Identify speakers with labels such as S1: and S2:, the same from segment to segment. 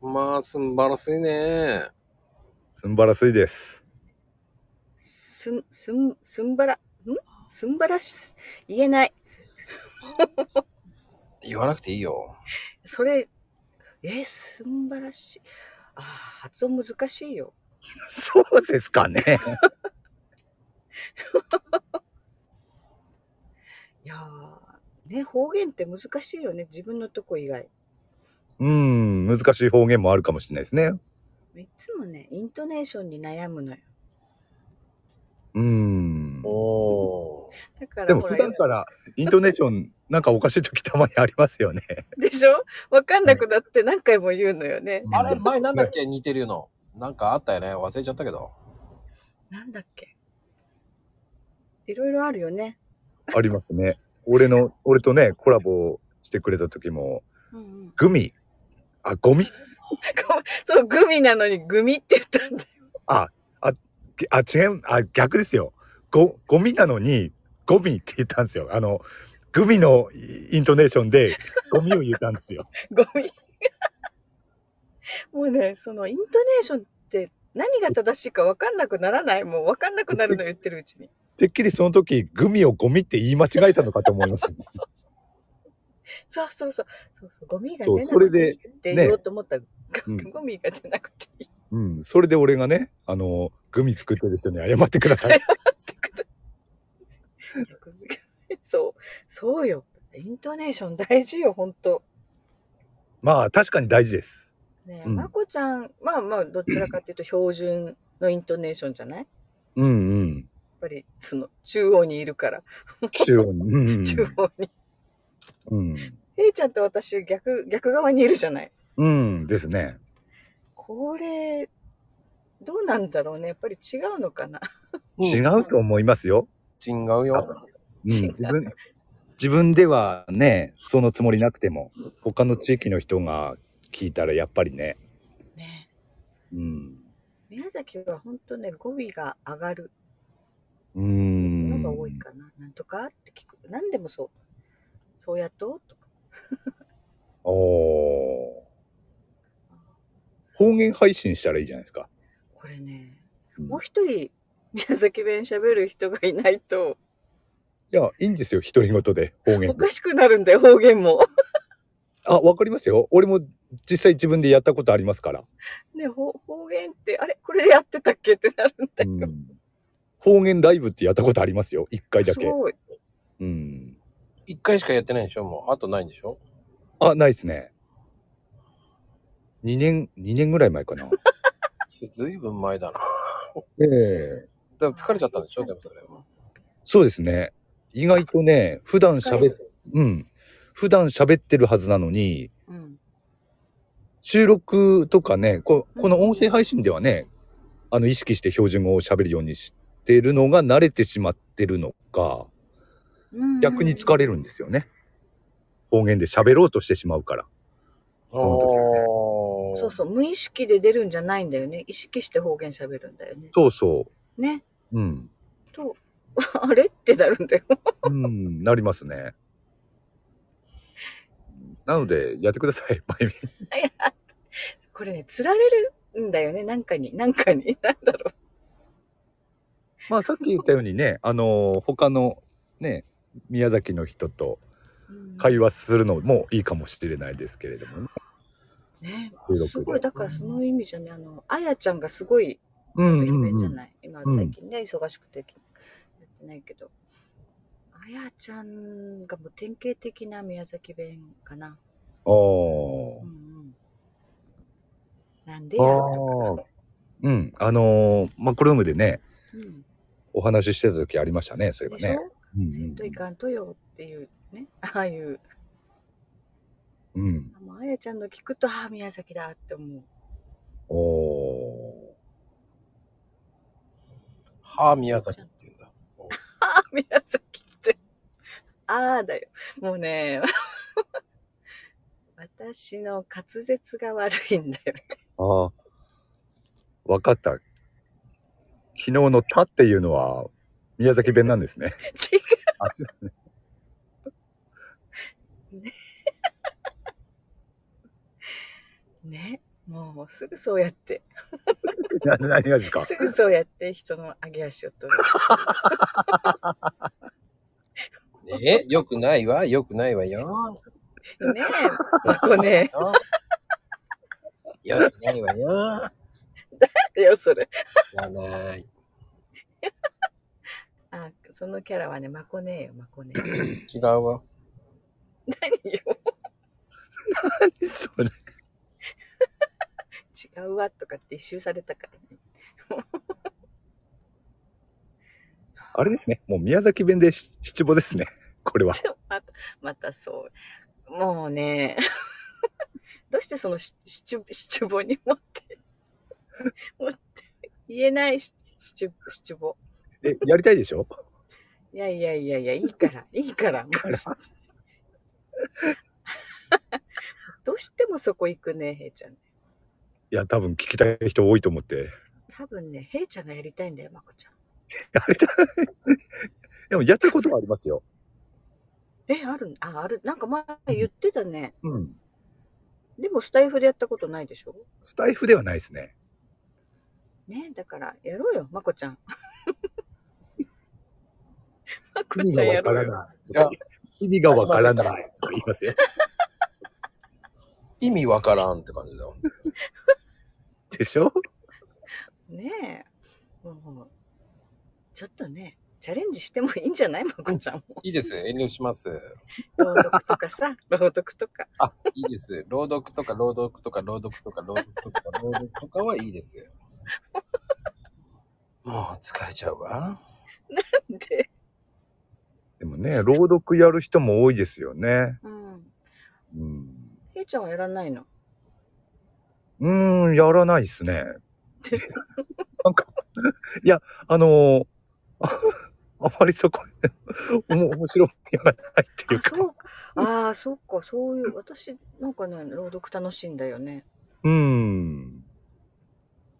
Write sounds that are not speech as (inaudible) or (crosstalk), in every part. S1: まあ、素晴らしいね。
S2: すんばらすいです。
S3: すん、すん、すんばら、んすんばらし、言えない。
S1: 言わなくていいよ。
S3: それ、えー、すんばらし。ああ、発音難しいよ。
S2: そうですかね。
S3: いやー、ね、方言って難しいよね。自分のとこ以外。
S2: うん、難しい方言もあるかもしれないですね。
S3: いつもね、イントネーションに悩むのよ。
S2: うん。
S1: おー。
S3: だから、
S2: でも
S3: ほ
S2: 普段からイントネーションなんかおかしい時たまにありますよね。
S3: でしょわかんなくなって何回も言うのよね。
S1: あれ、前なんだっけ似てるの。なんかあったよね。忘れちゃったけど。
S3: なんだっけいろいろあるよね。
S2: ありますね。俺の、俺とね、コラボしてくれた時も、
S3: うん (laughs) うん、
S2: グミ、あ、ゴミ
S3: そう、グミなのにグミって言ったんだよ。
S2: あ、違う、あ、逆ですよ。ご、ゴミなのに、ゴミって言ったんですよ。あの、グミのイントネーションで、ゴミを言ったんですよ。
S3: ゴミ。もうね、そのイントネーションって何が正しいか分かんなくならない。もう分かんなくなるの言ってるうちに。
S2: てっきりその時、グミをゴミって言い間違えたのかと思いました。
S3: そうそうそう。そうそうゴミが
S2: そ
S3: 出
S2: う
S3: な
S2: それ
S3: くてい
S2: で
S3: いって
S2: ね
S3: 言おうと思ったら、
S2: うん
S3: ゴミが出なくていい。
S2: うん。それで俺がね、あの、グミ作ってる人に謝ってくだ
S3: (laughs)
S2: さい。
S3: ゴミがそう、そうよ。イントネーション大事よ、本当
S2: まあ、確かに大事です。
S3: ねえ、
S2: うん
S3: まこちゃん、まあまあ、どちらかというと標準のイントネーションじゃないやっ
S2: うんうん。
S3: ぱり、その、中央にいるから、
S2: 中 (laughs) 央に。うん
S3: 中央に。
S2: うん。
S3: えいちゃんと私、逆、逆側にいるじゃない。
S2: うん。ですね。
S3: これ、どうなんだろうね。やっぱり違うのかな。
S2: 違うと思いますよ。
S1: 違うよ。
S2: うん、自分自分ではねそのつもりなくても他の地域の人が聞いたらやっぱりね、
S3: ね
S2: うん、
S3: 宮崎は本当ね、語尾が上がる
S2: うー
S3: の
S2: ん
S3: が多いかな。なんとかって聞く。何でもそう。そうやっととか。
S2: おー方言配信したらいいじゃないですか、
S3: これね、
S2: うんい
S3: もう一人、宮崎弁喋る人がいないと、
S2: やいいんですよ独り言で方言
S3: おかしくなるんだよ、方言も。
S2: あわかりますよ俺も実際自分でやったことありますから、
S3: ね、方方言って、あれこれでやってたっけってなるんだよ。
S2: うん方言ライブってやったことありますよ一回だ
S3: す
S2: け
S3: ごい。
S2: うん
S1: 一回しかやってないでしょもう。あとないんでしょ
S2: あないですね2年2年ぐらい前かな
S1: ずいぶん前だな。
S2: (laughs) ええ
S1: でも疲れちゃったんでしょでもそれは。
S2: そうですね。意外とね、普段喋っ、うん。普段喋ってるはずなのに、
S3: うん。
S2: 収録とかね、こ
S3: うん
S2: この音声配信ではね、あの、意識して標準語を喋るようにしてるのが慣れてしまってるのか、
S3: うん
S2: 逆に疲れるんですよね。方言で喋ろうとしてしまうから。その時はね
S1: おー
S3: そうそう、無意識で出るんじゃないんだよね。意識して方言喋るんだよね。
S2: そうそ
S3: ね。 (laughs)
S2: う。うん。
S3: と、あれってなるんだよ。
S2: うん、 (laughs) なりますね。なので、やってください、ま (laughs) ゆみ。
S3: これね、釣られるんだよね。なんかに、なんかに。 (laughs) なんだろ
S2: まあさっき言ったようにね、あのー他のね、宮崎の人と
S3: う。うん
S2: 会話するのもいいかもしれないですけれどもね。
S3: ね。
S2: 収録です
S3: ごい、だからその意味じゃね、あの、あやちゃんがすごい、
S2: うん
S3: 関
S2: うん
S3: 弁じゃ
S2: うん
S3: ない。今、最近ね、忙しくて、やってないけど。あやちゃんがもう典型的な宮崎弁かな。
S2: お
S3: う
S2: ー
S3: んうん。なんで
S2: あ
S3: やと
S2: ーうん、あのーマクロームでね、
S3: か。うん。
S2: お話ししてた時ありましたね、そういえば
S3: でしょ、
S2: ね。うん
S3: せんといかんとよっていうね、 (laughs) ああいう、
S2: うん、うん。
S3: もうあやちゃんの聞くと、ああ、宮崎だって思う。 (laughs)
S2: お
S1: はあ、宮崎って言うんだ。
S3: ああ、宮崎って。 (laughs) ああだよ。もうね、 (laughs) 私の滑舌が悪いんだよ。 (laughs)
S2: ーあー、わかった。昨日のたっていうのは宮崎弁なんですね。
S3: 違う
S2: あ、違うね。
S3: ね。もうすぐそうやって、
S2: な何がですか
S3: すぐそうやって人の上げ足を取る。
S1: えよくないわ、よくないわよ。
S3: ねえ、ここね
S1: (laughs) よくないわよ。
S3: え、よ、それ。
S1: 知らない。
S3: あ、そのキャラはね、まこねえ (laughs) よ、まこね
S1: 違うわ。
S3: え。よ
S2: それ
S3: 違うわとかって一周されたからね。
S2: あれですね。もう宮崎弁でし七五ですね。これは。
S3: また、またそう。もうね、 (laughs) どうしてそのし七七五に持って、 (laughs) 持って、言えないし七七五。
S2: え、やりたいでしょ
S3: いやいやいやいや、いいから、いいから。もうどうしてもそこ行くね、へいちゃん。
S2: いや、多分聞きたい人多いと思って。
S3: 多分ね、へいちゃんがやりたいんだよ、まこちゃん。
S2: やりたい。 (laughs) でもやってることもありますよ。
S3: え、あるあ、ある。なんか前言ってたね。
S2: うん。
S3: でもスタイフでやったことないでしょ
S2: スタイフではないですね。
S3: ねだから、やろうよ、まこちゃん。 (laughs) まこ
S2: 意味
S3: ちゃ
S2: が
S3: んや
S2: わか
S3: ろう
S2: ら
S3: よ。
S2: ない。とか意味がわからない。とか言いますよ。
S1: 意味わからんって感じだよ。
S2: でしょ
S3: ねえ。もう、ちょっとね、チャレンジしてもいいんじゃないまこちゃんも。
S1: いいです。遠慮します。
S3: 朗読とか
S2: (laughs)
S3: さ、朗読とか。
S1: あ、いいです。朗読とか朗読とか朗読とか朗読とか朗読とかはいいです。 (laughs) もう疲れちゃうわ。
S3: で、
S2: でもね、朗読やる人も多いですよね。
S3: うん。
S2: うん。
S3: へいちゃんはやらないの。
S2: うーん、やらないですね。
S3: で
S2: なんか、いや、あのー (laughs) ああまりそこ、おも面白みがないっていう
S3: あ、
S2: か。
S3: そうか。ああ、そうか。そういう、私、なんかね、朗読楽しいんだよね。
S2: うん。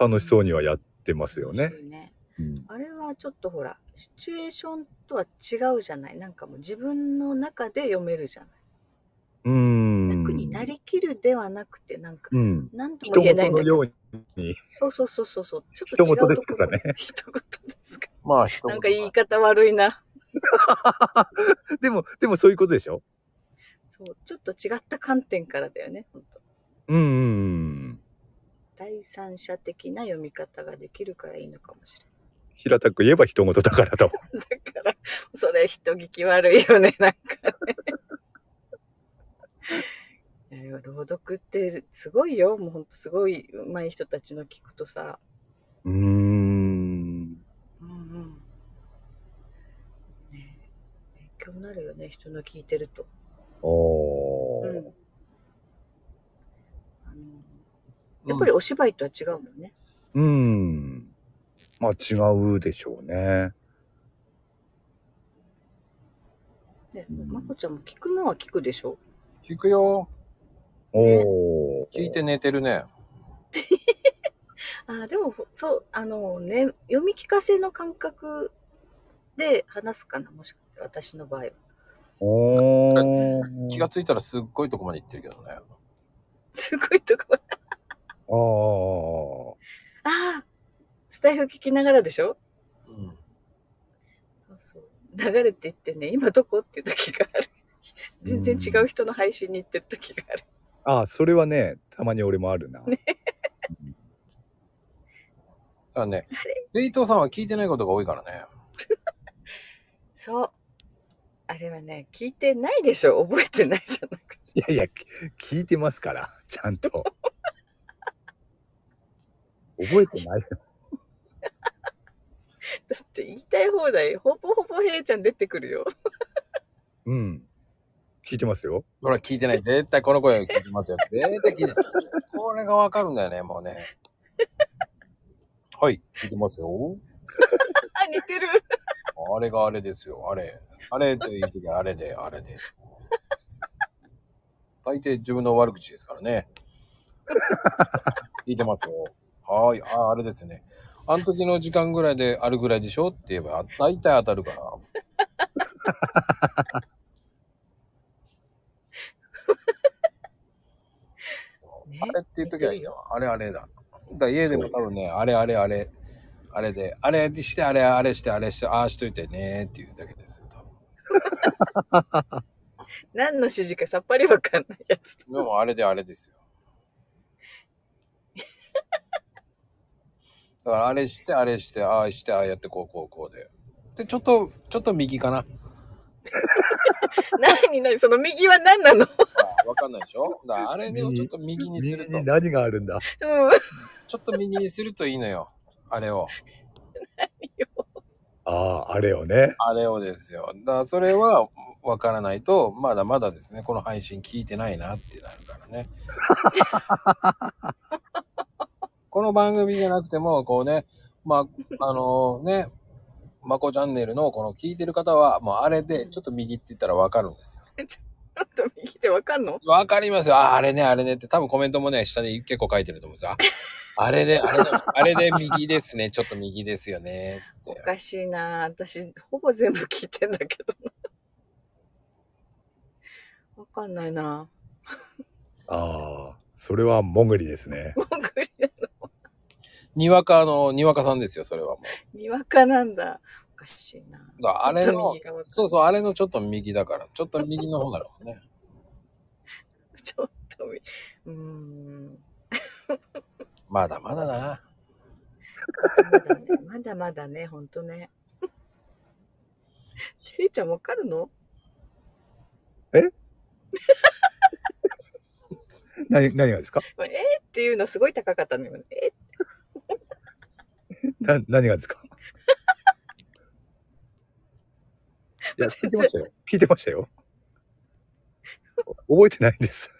S2: 楽しそうにはやってますよね
S3: 楽。しいね
S2: うん、
S3: あれはちょっとほら、シチュエーションとは違うじゃない。なんかもう自分の中で読めるじゃない。
S2: うん。
S3: 楽になりきるではなくて、なんか、
S2: うん。
S3: なんと
S2: 人
S3: も言えない
S2: 事
S3: んだ
S2: のよ
S3: けど。
S2: うに。
S3: そうそうそうそうそう。ちょっと
S2: 人事
S3: 違うと
S2: です
S3: こ
S2: から
S3: ろ。
S2: ね
S3: 一言ですか。
S1: まあ、一
S3: な
S1: 言
S3: んか言い方悪いな。
S2: でも、でもそういうことでしょ
S3: そう、ちょっと違った観点からだよね。本当
S2: うんうんうん。
S3: 第三者的な読み方ができるからいいのかもしれない。
S2: 平たく言えば人事だからと。
S3: だから、それ人聞き悪いよね、なんかね。いや朗読ってすごいよ。もうほんとすごい上手い人たちの聞くとさ。
S2: うーん。
S3: うんうん。ねえ勉強になるよね、人の聞いてると。
S2: おー。
S3: うん。あのやっぱりお芝居とは違うもんね。
S2: うん。まあ違うでしょうね。
S3: ね
S2: うん
S3: まこちゃんも聞くのは聞くでしょ
S1: 聞くよ。
S2: おー。
S1: 聞いて寝てるね。
S3: ああ、でも、そう、あのね、読み聞かせの感覚で話すかな、もしかして私の場合は。 (laughs)
S2: おー。
S1: 気がついたらすっごいとこまで行ってるけどね。
S3: すごいとこ。
S2: あー。
S3: ああ、スタイフ聞きながらでしょ
S1: うん。
S3: そうそう。流れていってね、今どこっていう時がある。全然違う人の配信に行ってる時がある。
S2: あー、それはね、たまに俺もあるな。
S1: だからね、デイトさんは聞いてないことが多いからね。
S3: そう。あれはね、聞いてないでしょ覚えてないじゃなくて。
S2: いやいや、き聞いてますから、ちゃんと。覚えてないよ。
S3: だって言いたい放題、ほぼほぼへいちゃん出てくるよ。 (laughs)
S2: うん。聞いてますよ。
S1: ほら、聞いてない。絶対この声聞いてます
S3: (laughs)
S1: よ。絶対聞いてない。これがわかるんだよね、もうね。はい、聞いてますよ。
S3: あ、似てる。
S1: あれがあれですよ、あれ。あれという時はあれで、あれで。大抵自分の悪口ですからね。聞いてますよ。はーい、あーあれですよね。あの時の時間ぐらいであるぐらいでしょって言えば、あ大体当たるから。
S3: ね
S1: あ。れっていう時
S3: 言っ
S1: は
S3: てるよ、
S1: あれあれだ。だから家でも多分ね、あれあれあれ、あれで、あれして、あれあれして、あれして、ああしといてねーっていうだけですよ、多分。
S3: 何の指示かさっぱりわかんないやつ。
S1: で
S3: (laughs)
S1: もあれであれですよ。だからあれして、あれして、ああして、ああやって、こうこうこうで。で、ちょっと、ちょっと右かな。
S3: 何何その右は何なの (laughs)
S1: あわかんないでしょだからあれをちょっと右にす
S2: 右
S1: る
S2: に
S1: と、
S2: 何があるんだ
S3: うん。
S1: ちょっと右にするといいのよ。あれを。
S2: あああれよね
S1: あれをですよ。だからそれはわからないと、まだまだですね、この配信聞いてないなってなるからね。この番組じゃなくても、こうね、まあ、あのね、まこチャンネルのこの聞いてる方は、もうあれで、ちょっと右って言ったらわかるんですよ。
S3: ちょっと右でわかんの
S1: わかりますよ。あ、あれね、あれねって、多分コメントもね、下に結構書いてると思うんですよ。ああれで、あれで、あれで右ですね、ちょっと右ですよね、つっ
S3: お
S1: て。
S3: かしいな私、ほぼ全部聞いてんだけど (laughs) な。わかんないな
S2: ああそれはもぐりですね
S3: もうこれ、
S1: にわかの、にわかさんですよ、それはもう。
S3: にわかなんだ。おかしいな
S1: だからあれ
S3: ちょっと
S1: の
S3: 右がわかんない
S1: そうそう、あれのちょっと右だから、ちょっと右の方だろうね。
S3: (laughs) ちょっとみ、うーん。
S1: まだまだだな。
S3: まだねまだまだね、ほんとね。 (laughs) てりちゃんわかるの
S2: 何何がですか
S3: えー、っていうのすごい高かったのよ。え
S2: な何がです (laughs) かいや聞いてましたよ聞いてましたよ覚えてないんです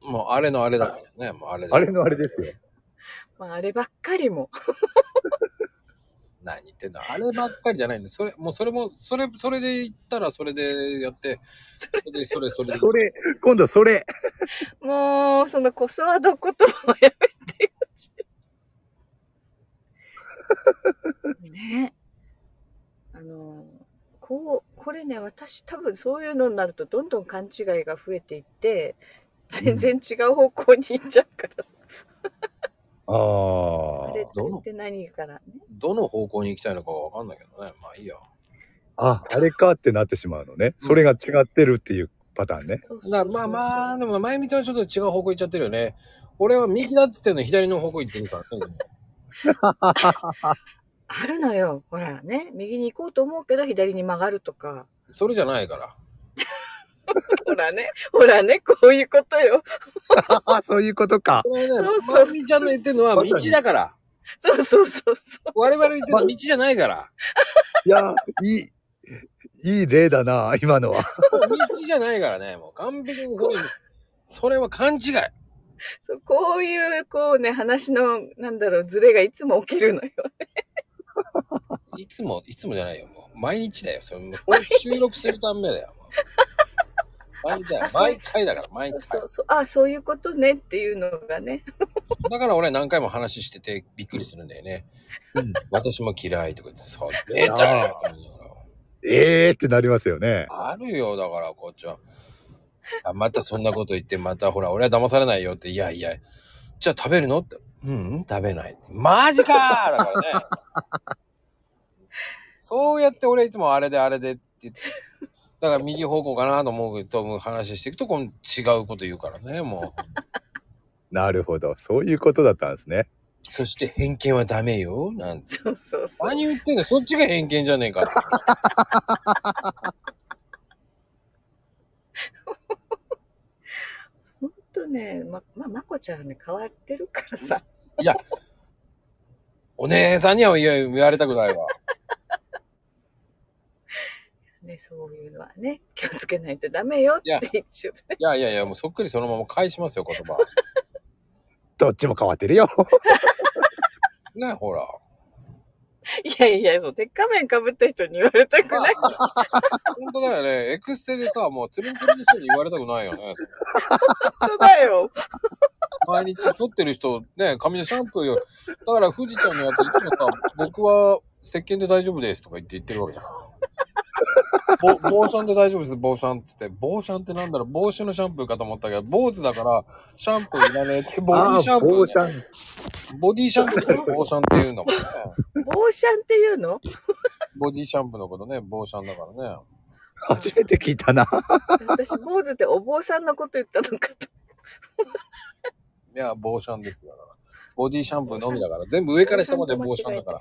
S1: もうあれのあれだからね、もうあれ
S2: あれのあれですよ
S3: まあ、あればっかりも。
S1: 何言ってんだあればっかりじゃないんで、それ、もうそれも、それ、それで言ったらそれでやって、それで、それ、それで。
S2: それ今度それ
S3: もう、そのコスワード言葉はやめてほしい。ね。あの、こう、これね、私多分そういうのになるとどんどん勘違いが増えていって、全然違う方向に行っちゃうからさ。
S2: ああ
S3: あれ
S1: どの
S3: って何からね。
S1: どの方向に行きたいのかわかんないけどね。まあいいや。
S2: ああれかってなってしまうのねそれが違ってるっていうパターンね
S3: そうそうそう
S1: だからまあまあ、でも、前見てはちょっと違う方向行っちゃってるよね。俺は右だって言ってんのに左の方向行ってるからね。
S3: あるのよ。ほらね、右に行こうと思うけど左に曲がると
S1: (laughs)
S3: か。
S1: それじゃないから。
S3: ほらね、ほらね、こういうことよ。
S2: ああ (laughs) そういうことか
S1: それはね
S3: そう、そう
S1: まみちゃんの言ってるのは道だから。
S3: そうそうそうそう。
S1: 我々の言ってるのは道じゃないから。
S2: いやいいいい例だな今のは
S1: 道じゃないからね、もう完璧にそれ、それは勘違い。
S3: そうこういう、こうね、話の、なんだろう、ズレがいつも起きるのよ。
S1: いつも、いつもじゃないよ、もう。毎日だよ、それ。もう収録するたんめだよ。もう毎日じゃない
S3: あ。そう
S1: 毎回だから、毎
S3: そう
S1: 回
S3: そ。うそう。あそういうことねっていうのがね。
S1: だから俺何回も話しててびっくりするんだよね。私も嫌いとか言って、
S3: (laughs)
S1: そう、出たよと思いなが
S2: ええー、ってなりますよね
S1: ら。あるよ、だから、こっちは。あまたそんなこと言って、またほら、俺は騙されないよって、いやいや、じゃあ食べるのって、うん、うん、食べない。マジかーだからね。そうやって俺いつもあれであれでって言って、だから右方向かなと思うと話していくと、この違うこと言うからね、もう。
S2: なるほどそういうことだったんですね
S1: そして偏見はダメよ、なんて。
S3: そうそうそう。
S1: 何言ってんのそっちが偏見じゃねえかって。
S3: ほんとね、ま、まあ、まこちゃんはね、変わってるからさ。
S1: お姉さんには言われたくないわ。
S3: ね、そういうのはね、気をつけないとダメよって一応。
S1: いやいやいや、もうそっくりそのまま返しますよ、言葉。
S2: どっちも変わってるよ
S1: ね、ほら。
S3: いやいや、そう、鉄仮面被った人に言われたくない。
S1: 本当だよね。エクステでさ、もうつるんつるんの人に言われたくないよね。
S3: 本当だよ。
S1: 毎日剃ってる人、ね、髪のシャンプーよ。だから、富士ちゃんのやつ、いつもさ、僕は石鹸で大丈夫ですとか言って言ってるわけじゃん。ぼ坊シャンで大丈夫です、坊シャンって言って。坊シャンってなんだろう、帽子のシャンプーかと思ったけど、坊主だから、シャンプーいらねえって、ボディ
S2: あ
S1: シャ
S2: あ、
S1: ンプ
S2: ボー
S1: ー
S2: シ、ャン。
S1: ボディシャンプーのこと坊シャンって言うんだもんね。
S3: ボーシャンっていうの
S1: ボディシャンプーのことね、坊シャンだからね。
S2: (laughs) 初めて聞いたな。
S3: 私、坊主ってお坊さんのこと言ったのかと。
S1: いや、坊シャンですよ。だからボディシャンプーのみだから、全部上から下まで坊シャンだから。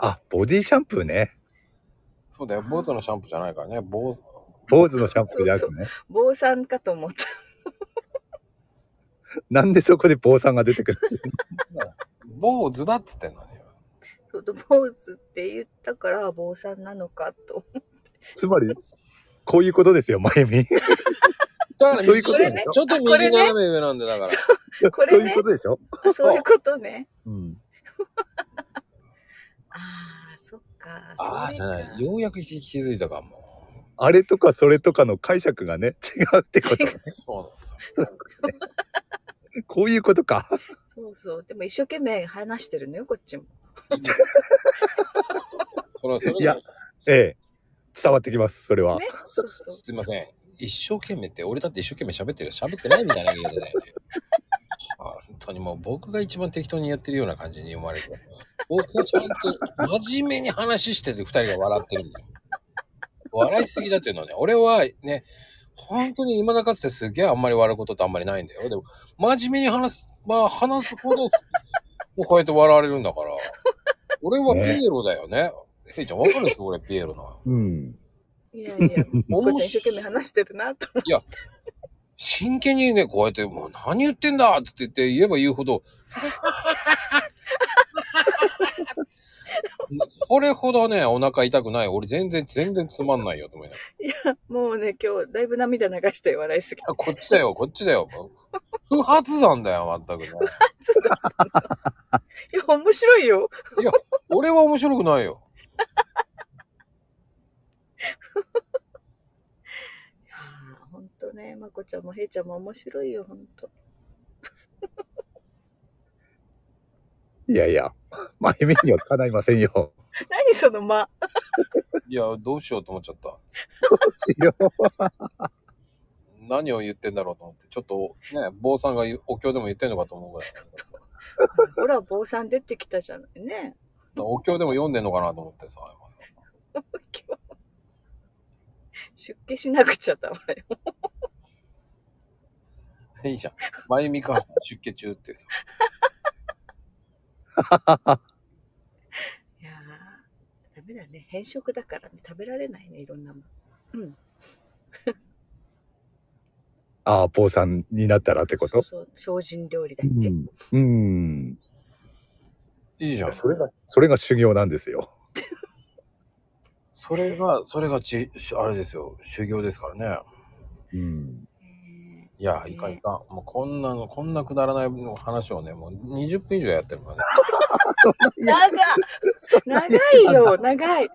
S2: あ、ボディシャンプーね。
S1: そうだよ、坊主のシャンプーじゃないからね、坊主。
S2: 坊主のシャンプーじゃなくてね。
S3: 坊さんかと思った。
S2: なんでそこで坊さんが出てくる
S1: 坊主だっつってんのに。
S3: そう坊主って言ったから、坊さんなのかと。
S2: つまり、こういうことですよ、まゆみ。
S1: だから、
S2: そういうこと
S1: ち
S2: で
S3: ね
S2: しょ
S1: ょっと右斜め上なんで、だから。
S3: これね
S2: そういうことでしょ
S3: あそういうことね。
S2: うん。
S3: ああ、そっか。
S1: ああ、じ
S3: そ
S1: ゃ
S3: れか
S1: ない。ようやく気づいたかも。
S2: あれとかそれとかの解釈がね、違うってことね。
S1: そうなんだ。
S2: こういうことか。
S3: そうそう。でも一生懸命話してるのよ、こっちも。
S1: それはそれで
S2: いやええ。伝わってきます、それは。
S3: ね。そうそう。
S1: すいません。一生懸命って、俺だって一生懸命喋ってるよ喋ってないみたいな言い方だよね。 (laughs) 本当にもう僕が一番適当にやってるような感じに思われる。僕がちゃんと真面目に話してて二人が笑ってるんだよ。笑いすぎだっていうのはね、俺はね、本当に今だかつてすげえあんまり笑うことってあんまりないんだよ。でも、真面目に話す、まあ話すほど、もうこうやって笑われるんだから。俺はピエロだよね。ヘイちゃんわかるでしょ俺ピエロの。
S2: うん。
S3: い
S1: (laughs)
S3: やいや、こっちゃん一生懸命話してるなと。
S1: 真剣にね、こうやって、もう何言ってんだって言って言えば言うほど、 (laughs) これほどね、お腹痛くない。俺全然、全然つまんないよと思いなが
S3: もうね、今日だいぶ涙流して笑いすぎ。
S1: ら。あこっちだよ、こっちだよ。不発弾だよ、まったくね。
S3: いや、面白いよ。
S1: 俺は面白くないよ。
S3: ああ、ほんとね。まこちゃんもへいちゃんも面白いよ、ほんと。
S2: いやいや、まゆみにはかないませんよ。
S3: 何その間。
S1: いや、どうしようと思っちゃった。
S2: どうしよう。
S1: 何を言ってんだろうと思って、ちょっと、ね、坊さんがお経でも言ってんのかと思うぐらい。
S3: ほら、坊さん出てきたじゃないね。 (laughs)
S1: お経でも読んでんのかなと思ってさ、今さ
S3: 今日出家しなくちゃだわよ。
S1: いいじゃん。まゆみかさん出家中ってさ。
S3: いやー、ダメだね。変色だからね。食べられないね、いろんなもん。うん。
S2: ああ、坊さんになったらってこと
S3: そうそう。精進料理だ
S2: う
S3: っけ。
S2: ん。うん。
S1: いいじゃん。
S2: それが、それが修行なんですよ。
S1: それが、それがち、しあれですよ、修行ですからね。
S2: うん。
S3: ね
S1: いや、いかんいかん。もうこんなの、こんなくだらないの話をね、もう20分以上やってるからね。
S3: (laughs)
S2: そんな、
S3: 長い長いよ長い